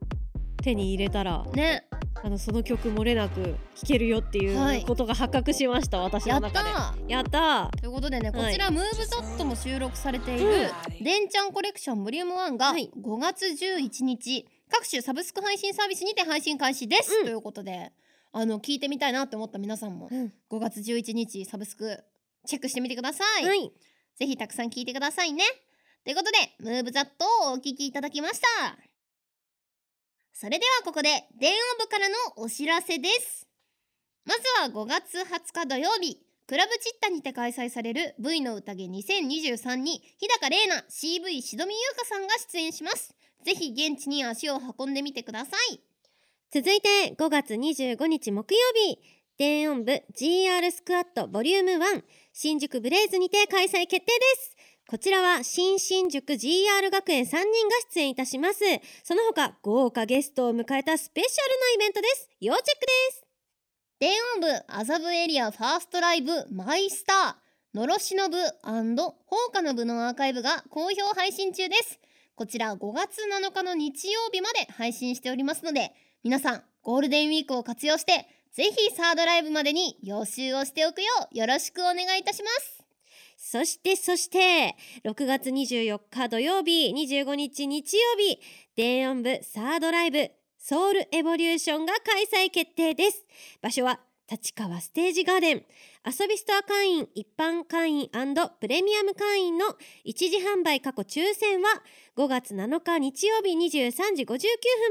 S1: う手に入れたら
S2: ね
S1: あのその曲漏れなく聴けるよってい
S2: は
S1: う
S2: い
S1: ことが発覚しました、私
S2: や
S1: の
S2: った
S1: 中で
S2: ー
S1: やったー
S2: ということでねこ
S1: はい
S2: ちら「ムーブザットも収録されてい
S1: うん
S2: る「でんちゃんコレクションボリューム1が
S1: はい
S2: 5月11日各種サブスク配信サービスにて配信開始です、
S1: うん
S2: ということであの聞いてみたいなって思った皆さんも
S1: うん
S2: 5月11日サブスクチェックしてみてください、
S1: はい
S2: ぜひたくさん聞いてくださいねということで「ムーブザットをお聞きいただきましたそれではここで電音部からのお知らせですまずは5月20日土曜日クラブチッタにて開催される V の宴2023に日高玲奈 CV しどみゆうかさんが出演しますぜひ現地に足を運んでみてください
S1: 続いて5月25日木曜日電音部 GR スクワットボリューム1新宿ブレイズにて開催決定ですこちらは新新宿 GR 学園3人が出演いたしますその他豪華ゲストを迎えたスペシャルなイベントです要チェックです
S2: 電音部麻布エリアファーストライブマイスターのろしの部放火の部のアーカイブが好評配信中ですこちら5月7日の日曜日まで配信しておりますので皆さんゴールデンウィークを活用してぜひサードライブまでに予習をしておくようよろしくお願いいたします
S1: そしてそして6月24日土曜日25日日曜日電音部サードライブソウルエボリューションが開催決定です場所は立川ステージガーデン遊びストア会員一般会員プレミアム会員の一時販売過去抽選は5月7日日曜日23時59分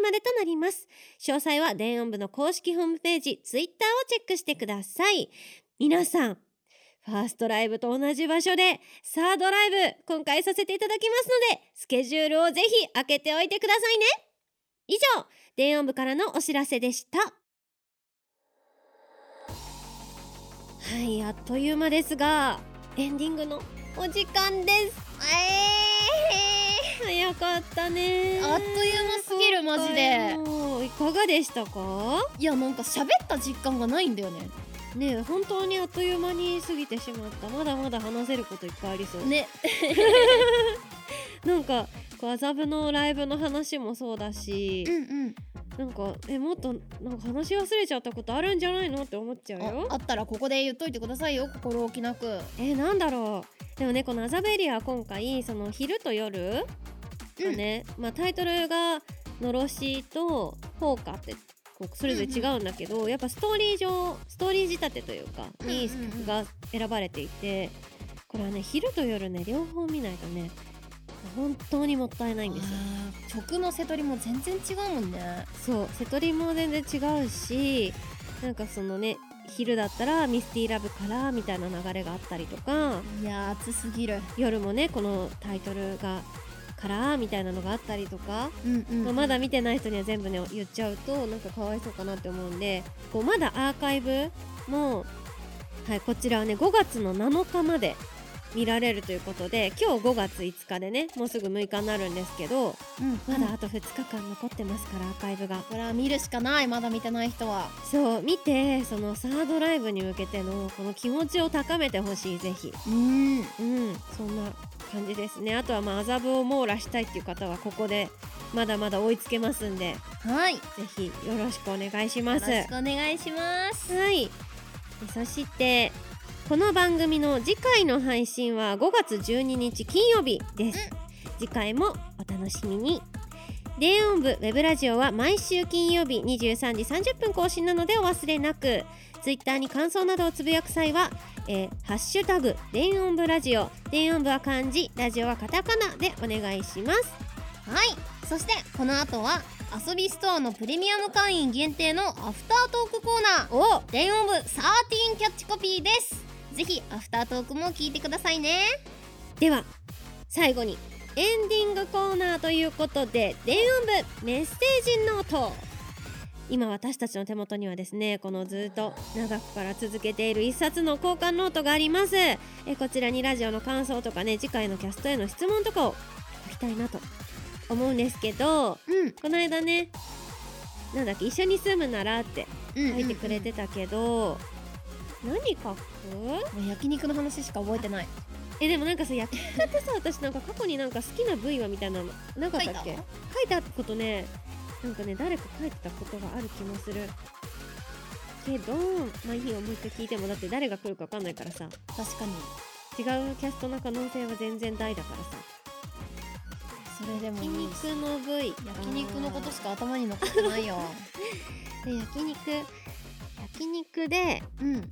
S1: までとなります詳細は電音部の公式ホームページツイッターをチェックしてください皆さんファーストライブと同じ場所でサードライブ今回させていただきますのでスケジュールをぜひ開けておいてくださいね以上電音部からのお知らせでしたはいあっという間ですがエンディングのお時間です
S2: え
S1: 早かったね
S2: あっという間すぎるマジで
S1: 今回もいかがでしたか
S2: ー、いやなんか喋った実感がないんだよね
S1: ねえ本当にあっという間に過ぎてしまったまだまだ話せることいっぱいありそう
S2: ね
S1: (laughs) なんかこう麻布のライブの話もそうだし、
S2: ん
S1: なんかえもっとなんか話し忘れちゃったことあるんじゃないのって思っちゃう
S2: あ
S1: よ
S2: あったらここで言っといてくださいよ心置きなく
S1: えなんだろうでもねこの麻布エリアは今回その昼と夜がね、まあタイトルが「のろし」と「放火」ってこうそれぞれ違うんだけど、やっぱストーリー上ストーリー仕立てというかに
S2: うんうんうん
S1: 曲が選ばれていてこれはね昼と夜ね両方見ないとね本当にもったいないんですよ。
S2: あー曲の瀬取りも全然違うもんね
S1: そう瀬戸りも全然違うしなんかそのね昼だったらミスティーラブからみたいな流れがあったりとか
S2: いやー熱すぎる
S1: 夜もねこのタイトルがからみたいなのがあったりとか、
S2: うんうん
S1: まあまだ見てない人には全部ね言っちゃうとなんかかわいそうかなって思うんでこうまだアーカイブも、はい、こちらはね5月の7日まで見られるということで今日5月5日でねもうすぐ6日になるんですけど
S2: うん
S1: まだあと2日間残ってますからアーカイブが。
S2: これは見るしかないまだ見てない人は
S1: そう見てそのサードライブに向けてのこの気持ちを高めてほしいぜひ
S2: うん
S1: うんそんな感じですねあとはまあ麻布を網羅したいっていう方はここでまだまだ追いつけますんで
S2: はいよ
S1: ぜひよろしくお願いし
S2: ろ
S1: ま
S2: し
S1: す
S2: くお願いします
S1: はいそしてこの番組の次回の配信は5月12日金曜日です、次回もお楽しみに電音部ウェブラジオは毎週金曜日23時30分更新なのでお忘れなくツイッターに感想などをつぶやく際は、えーハッシュタグ電音部ラジオ電音部は漢字ラジオはカタカナでお願いします
S2: はいそしてこの後は遊びストアのプレミアム会員限定のアフタートークコーナー
S1: お
S2: 電音部13キャッチコピーですぜひアフタートークも聞いてくださいね
S1: では最後にエンディングコーナーということで電音部メッセージノート今私たちの手元にはですねこのずっと長くから続けている一冊の交換ノートがありますえこちらにラジオの感想とかね次回のキャストへの質問とかを書きたいなと思うんですけど
S2: うん
S1: この間ねなんだっけ一緒に住むならって書いてくれてたけど、何書く
S2: もう焼肉の話しか覚えてない
S1: えでもなんかさ焼き方ってさ私なんか過去になんか好きな部位はみたいなのなかったっけ
S2: 書い
S1: 書いてあったことねなんかね誰か書いてたことがある気もするけどまあいいよもう一回聞いてもだって誰が来るか分かんないからさ
S2: 確かに
S1: 違うキャストの可能性は全然大だからさ
S2: それでも
S1: 焼肉の部位
S2: 焼肉のことしか頭に残ってないよ
S1: で焼肉焼肉で
S2: (laughs) うん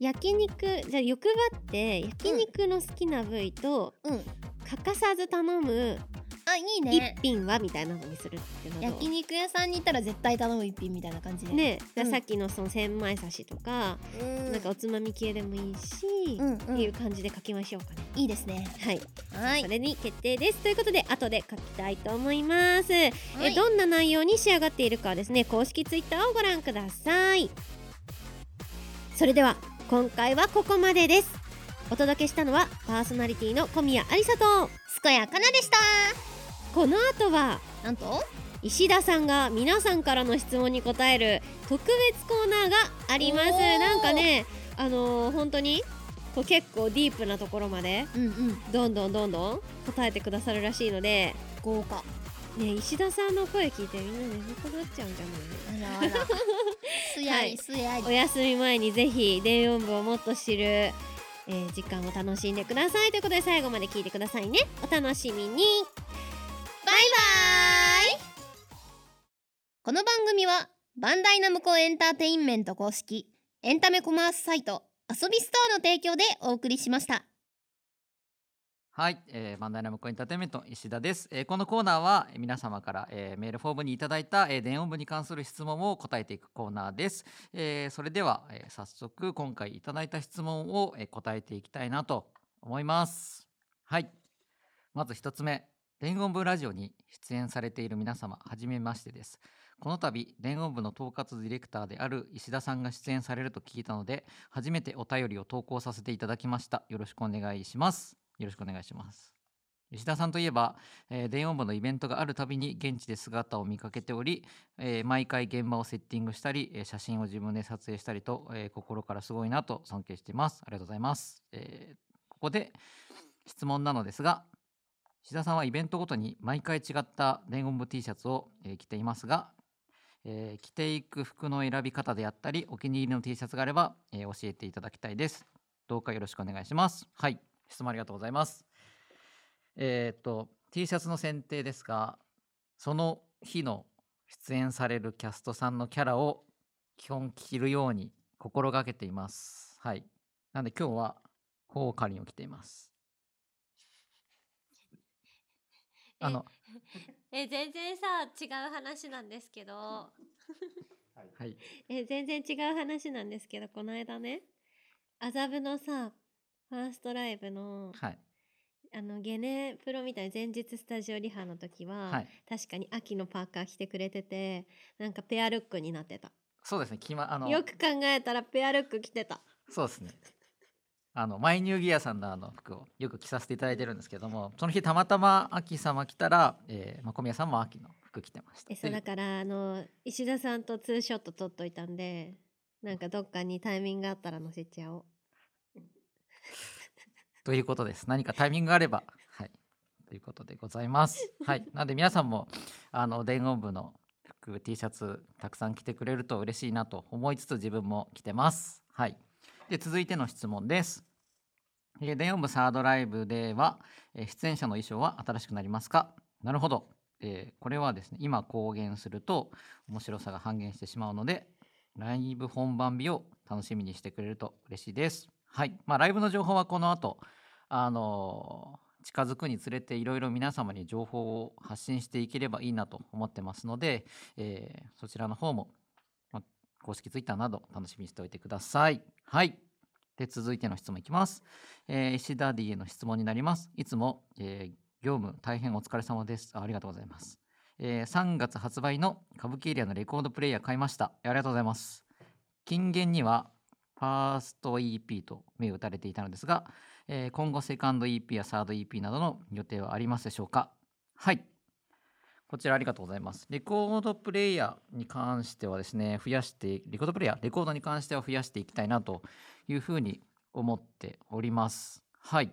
S1: 焼肉じゃあ欲張って焼肉の好きな部位と、
S2: うん
S1: 欠かさず頼む
S2: あいい
S1: 一
S2: ね
S1: 品はみたいなのにするっていうのどう
S2: 焼肉屋さんに行ったら絶対頼む一品みたいな感じで
S1: ね、だから
S2: うん
S1: さっきのその千枚刺しとか、
S2: うん
S1: なんかおつまみ系でもいいし、
S2: うんうん
S1: っていう感じで書きましょうかね。
S2: いいですね
S1: はい、
S2: はい
S1: それに決定ですということで後で書きたいと思います、
S2: はい
S1: えどんな内容に仕上がっているかはですね公式ツイッターをご覧くださいそれでは今回はここまでですお届けしたのはパーソナリティの小宮ありさと
S2: すこやかなでした
S1: この後は
S2: なんと
S1: 石田さんが皆さんからの質問に答える特別コーナーがあります
S2: おー
S1: なんかねあのー本当にこう結構ディープなところまで
S2: うんうん
S1: どんどんどんどん答えてくださるらしいので
S2: 豪華
S1: ね石田さんの声聞いてみんな眠くなっちゃうんじゃな
S2: あらあ
S1: (laughs)
S2: らすや
S1: はい
S2: りすやり、
S1: いお休み前にぜひ電音部をもっと知る、えー時間を楽しんでくださいということで最後まで聞いてくださいねお楽しみに
S2: バイバーイこの番組はバンダイナムコエンターテインメント公式エンタメコマースサイト遊びストアの提供でお送りしました
S5: はい、えー、バンダイナムコエンターテインメント石田です、えーこのコーナーはえー皆様から、えーメールフォームにいただいた、えー電音部に関する質問を答えていくコーナーです、えーそれでは、えー早速今回いただいた質問を、えー答えていきたいなと思いますはいまず一つ目電音部ラジオに出演されている皆様はじめましてですこの度電音部の統括ディレクターである石田さんが出演されると聞いたので初めてお便りを投稿させていただきましたよろしくお願いしますよろしくお願いします吉田さんといえば、えー電音部のイベントがあるたびに現地で姿を見かけており、えー毎回現場をセッティングしたり、えー写真を自分で撮影したりと、えー心からすごいなと尊敬していますありがとうございます、えーここで質問なのですが石田さんはイベントごとに毎回違った伝言部 T シャツを、えー着ていますが、えー着ていく服の選び方であったりお気に入りの T シャツがあれば、えー教えていただきたいですどうかよろしくお願いしますはい質問ありがとうございますえーっと T シャツの選定ですがその日の出演されるキャストさんのキャラを基本着るように心がけていますはいなんで今日はホーカリンを着ていますあの
S1: え全然さ違う話なんですけど
S5: はい
S1: え全然違う話なんですけどこの間ね麻布のさファーストライブの
S5: はい
S1: あのゲネプロみたいな前日スタジオリハの時は、
S5: はい
S1: 確かに秋のパーカー着てくれててなんかペアルックになってた
S5: そうですねきまあの
S1: よく考えたらペアルック着てた
S5: そうですね。あのマイニューギアさんのあの服をよく着させていただいてるんですけどもその日たまたま秋様来たら、えーまあ、小宮さんも秋の服着てました
S1: えそうだ
S5: で
S1: からあの石田さんとツーショット撮っといたんでなんかどっかにタイミングがあったら載せちゃおう
S5: ということです何かタイミングがあればはいということでございますはいなんで皆さんもあの伝言部の服 T シャツたくさん着てくれると嬉しいなと思いつつ自分も着てますはいで続いての質問ですえー電音部サードライブでは、えー出演者の衣装は新しくなりますかなるほど、えーこれはですね今公言すると面白さが半減してしまうのでライブ本番日を楽しみにしてくれると嬉しいですはいまあライブの情報はこの後あのー近づくにつれていろいろ皆様に情報を発信していければいいなと思ってますので、えーそちらの方も、まあ公式ツイッターなど楽しみにしておいてくださいはいで続いての質問いきますえー、石田 D への質問になります。いつも、えー業務大変お疲れ様ですあ。ありがとうございます。えー3月発売の歌舞伎エリアのレコードプレイヤー買いました。ありがとうございます。金言にはファースト EP と銘打たれていたのですが、えー今後セカンド EP やサード EP などの予定はありますでしょうかはい。こちらありがとうございます。レコードプレイヤーに関してはですね、増やして、レコードプレイヤー、レコードに関しては増やしていきたいなというふうに思っております。はい。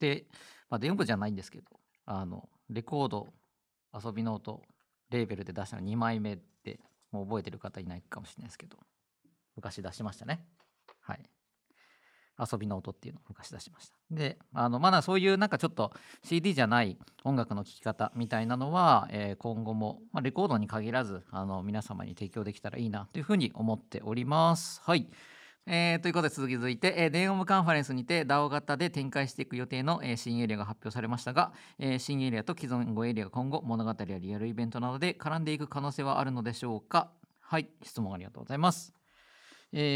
S5: で、まあ、電部じゃないんですけど、あの、レコード、遊びノート、レーベルで出したの2枚目って、もう覚えてる方いないかもしれないですけど、昔出しましたね。はい。遊びノートっていうのを昔出しました。で、あの、まだそういうなんかちょっと CD じゃない音楽の聴き方みたいなのは、えー今後も、まあ、レコードに限らず、あの、皆様に提供できたらいいなというふうに思っております。はい。えーということで続き続いて、えー、電音部カンファレンスにて DAO 型で展開していく予定の、えー新エリアが発表されましたが、えー新エリアと既存5エリアが今後物語やリアルイベントなどで絡んでいく可能性はあるのでしょうかはい質問ありがとうございます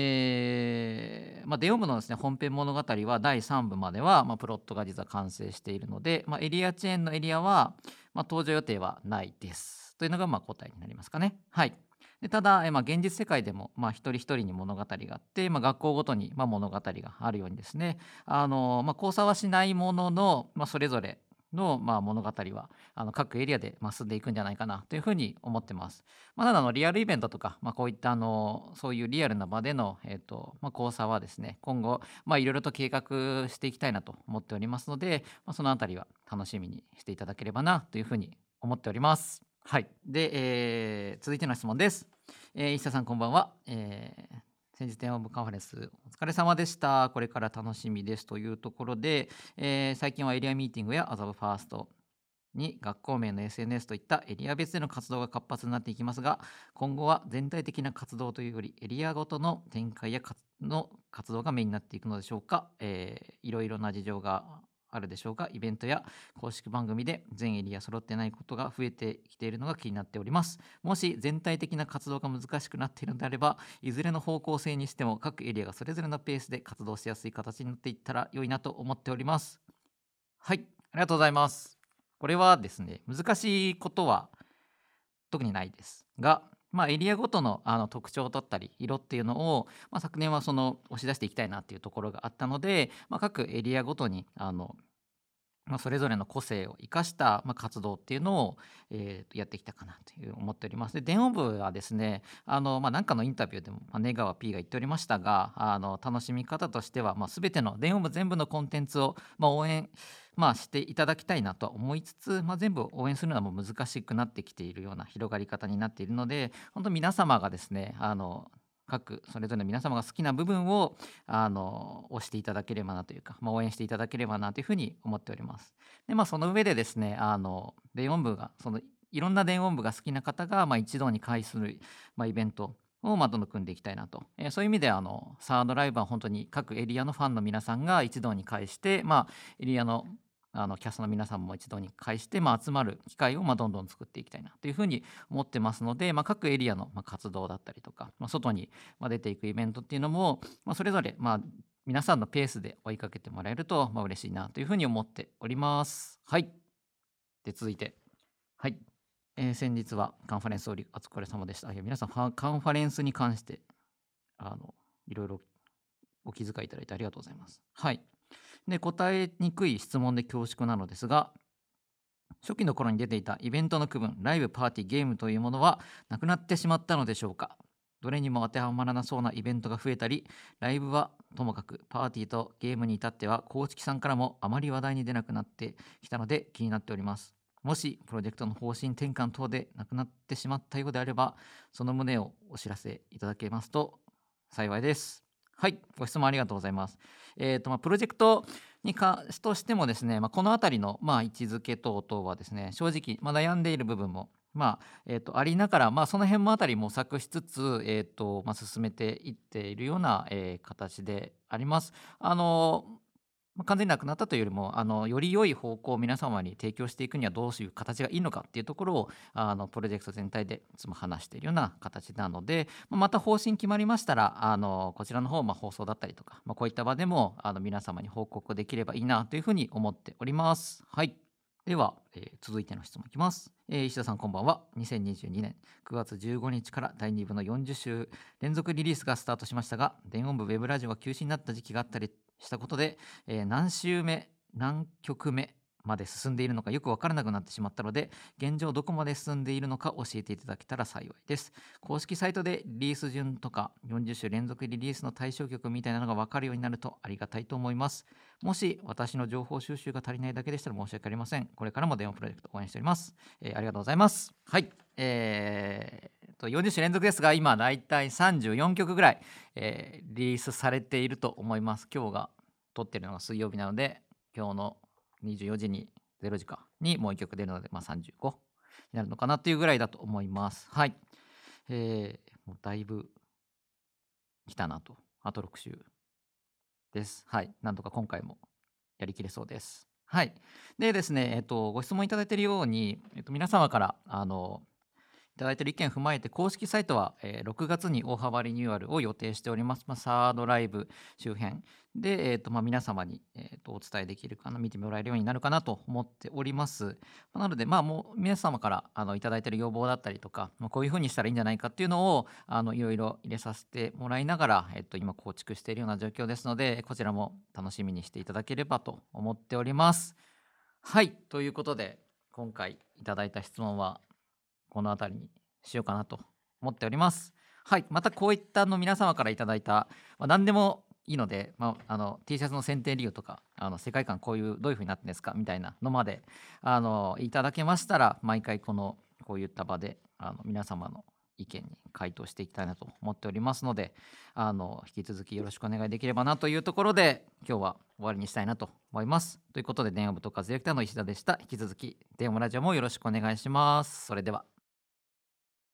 S5: えーまあ、デオムのですね本編物語は第3部までは、まあ、プロットが実は完成しているので、まあ、エリアチェーンのエリアは、まあ、登場予定はないですというのがまあ答えになりますかね。はい、でただ、えーまあ、現実世界でも、まあ、一人一人に物語があって、まあ、学校ごとに、まあ、物語があるようにですね、あのまあ、交差はしないものの、まあ、それぞれの、まあ、物語はあの各エリアで、まあ、進んでいくんじゃないかなというふうに思ってます。まあ、ただあのリアルイベントとか、まあ、こういったあのそういうリアルな場での、えーとまあ、交差はですね今後まあいろいろと計画していきたいなと思っておりますので、まあ、そのあたりは楽しみにしていただければなというふうに思っております。はい。で、えー続いての質問です。えー、石田さんこんばんは。えー先日電話部カンファレンスお疲れ様でした。これから楽しみですというところで、えー最近はエリアミーティングやアザブファーストに学校名の SNS といったエリア別での活動が活発になっていきますが、今後は全体的な活動というよりエリアごとの展開や活の活動がメインになっていくのでしょうか、えーいろいろな事情があるでしょうがイベントや公式番組で全エリア揃ってないことが増えてきているのが気になっておりますもし全体的な活動が難しくなっているのであればいずれの方向性にしても各エリアがそれぞれのペースで活動しやすい形になっていったら良いなと思っておりますはいありがとうございますこれはですね難しいことは特にないですが、まあ、エリアごとのあの特徴だったり色っていうのを、まあ、昨年はその押し出していきたいなっていうところがあったので、まあ、各エリアごとにあの、まあ、それぞれの個性を生かした、まあ、活動っていうのを、えーとやってきたかなという思っております。で電音部はですねあの、まあ、なんかのインタビューでも、まあ、根川 P が言っておりましたがあの楽しみ方としては、まあ、全ての電音部全部のコンテンツを、まあ、応援まあ、していただきたいなとは思いつつ、まあ、全部を応援するのはもう難しくなってきているような広がり方になっているので本当皆様がですねあの各それぞれの皆様が好きな部分をあの押していただければなというか、まあ、応援していただければなというふうに思っております。でまあその上でですねあの電音部がそのいろんな電音部が好きな方が、まあ、一堂に会する、まあ、イベントをまあどんどん組んでいきたいなと、えーそういう意味であのサードライブは本当に各エリアのファンの皆さんが一堂に会して、まあ、エリアのあのキャストの皆さんも一堂に会して、まあ、集まる機会をまあどんどん作っていきたいなというふうに思ってますので、まあ、各エリアのまあ活動だったりとか、まあ、外にまあ出ていくイベントっていうのも、まあ、それぞれまあ皆さんのペースで追いかけてもらえるとまあ嬉しいなというふうに思っております。はい。で続いて、はい、えー先日はカンファレンスおりお疲れ様でした。いや皆さんファカンファレンスに関してあのいろいろお気遣いいただいてありがとうございます。はい。で答えにくい質問で恐縮なのですが初期の頃に出ていたイベントの区分ライブパーティーゲームというものはなくなってしまったのでしょうかどれにも当てはまらなそうなイベントが増えたりライブはともかくパーティーとゲームに至っては公式さんからもあまり話題に出なくなってきたので気になっておりますもしプロジェクトの方針転換等でなくなってしまったようであればその旨をお知らせいただけますと幸いですはいご質問ありがとうございますえーとまあ、プロジェクトに関しとしてもですね、まあ、この辺りの、まあ、位置づけ等々はですね正直、まあ、悩んでいる部分も、まあえー、とありながら、まあ、その辺もあたり模索しつつ、えーとまあ、進めていっているような、えー形であります。あのまあ完全になくなったというよりもあのより良い方向を皆様に提供していくにはどういう形がいいのかっていうところをあのプロジェクト全体でいつも話しているような形なのでまあまた方針決まりましたらあのこちらの方まあ放送だったりとか、まあ、こういった場でもあの皆様に報告できればいいなというふうに思っております。はいでは、えー続いての質問いきます、えー石田さんこんばんは2022年9月15日から第2部の40週連続リリースがスタートしましたが電音部ウェブラジオが休止になった時期があったりしたことでえー何週目何曲目まで進んでいるのかよく分からなくなってしまったので現状どこまで進んでいるのか教えていただけたら幸いです公式サイトでリリース順とか40週連続リリースの対象曲みたいなのが分かるようになるとありがたいと思いますもし私の情報収集が足りないだけでしたら申し訳ありませんこれからも電話プロジェクト応援しております、えーありがとうございますはいえーえっと40週連続ですが今大体34曲ぐらい、えーリリースされていると思います今日が撮ってるのが水曜日なので今日の24時に0時かにもう1曲出るので、まあ、35になるのかなっていうぐらいだと思いますはいえー、もうだいぶ来たなとあと6週ですはいなんとか今回もやりきれそうですはいでですねえっ、とご質問いただいているように、えっと皆様からあのいただいている意見を踏まえて公式サイトは、えー6月に大幅リニューアルを予定しております、まあ、サードライブ周辺で、えーとまあ、皆様に、えーとお伝えできるかな見てもらえるようになるかなと思っておりますまあなのでまあもう皆様からあのいただいている要望だったりとか、まあ、こういうふうにしたらいいんじゃないかっていうのをあのいろいろ入れさせてもらいながら、えー、と今構築しているような状況ですのでこちらも楽しみにしていただければと思っておりますはいということで今回いただいた質問はこの辺りにしようかなと思っております。はい、またこういったあの皆様からいただいた、まあ、何でもいいので、まあ、あの T シャツの選定理由とかあの世界観こういうどういうふうになってんですかみたいなのまであのいただけましたら毎回このこういった場であの皆様の意見に回答していきたいなと思っておりますのであの引き続きよろしくお願いできればなというところで今日は終わりにしたいなと思います。ということで電話部とかディレクターの石田でした。引き続き電話ラジオもよろしくお願いします。それでは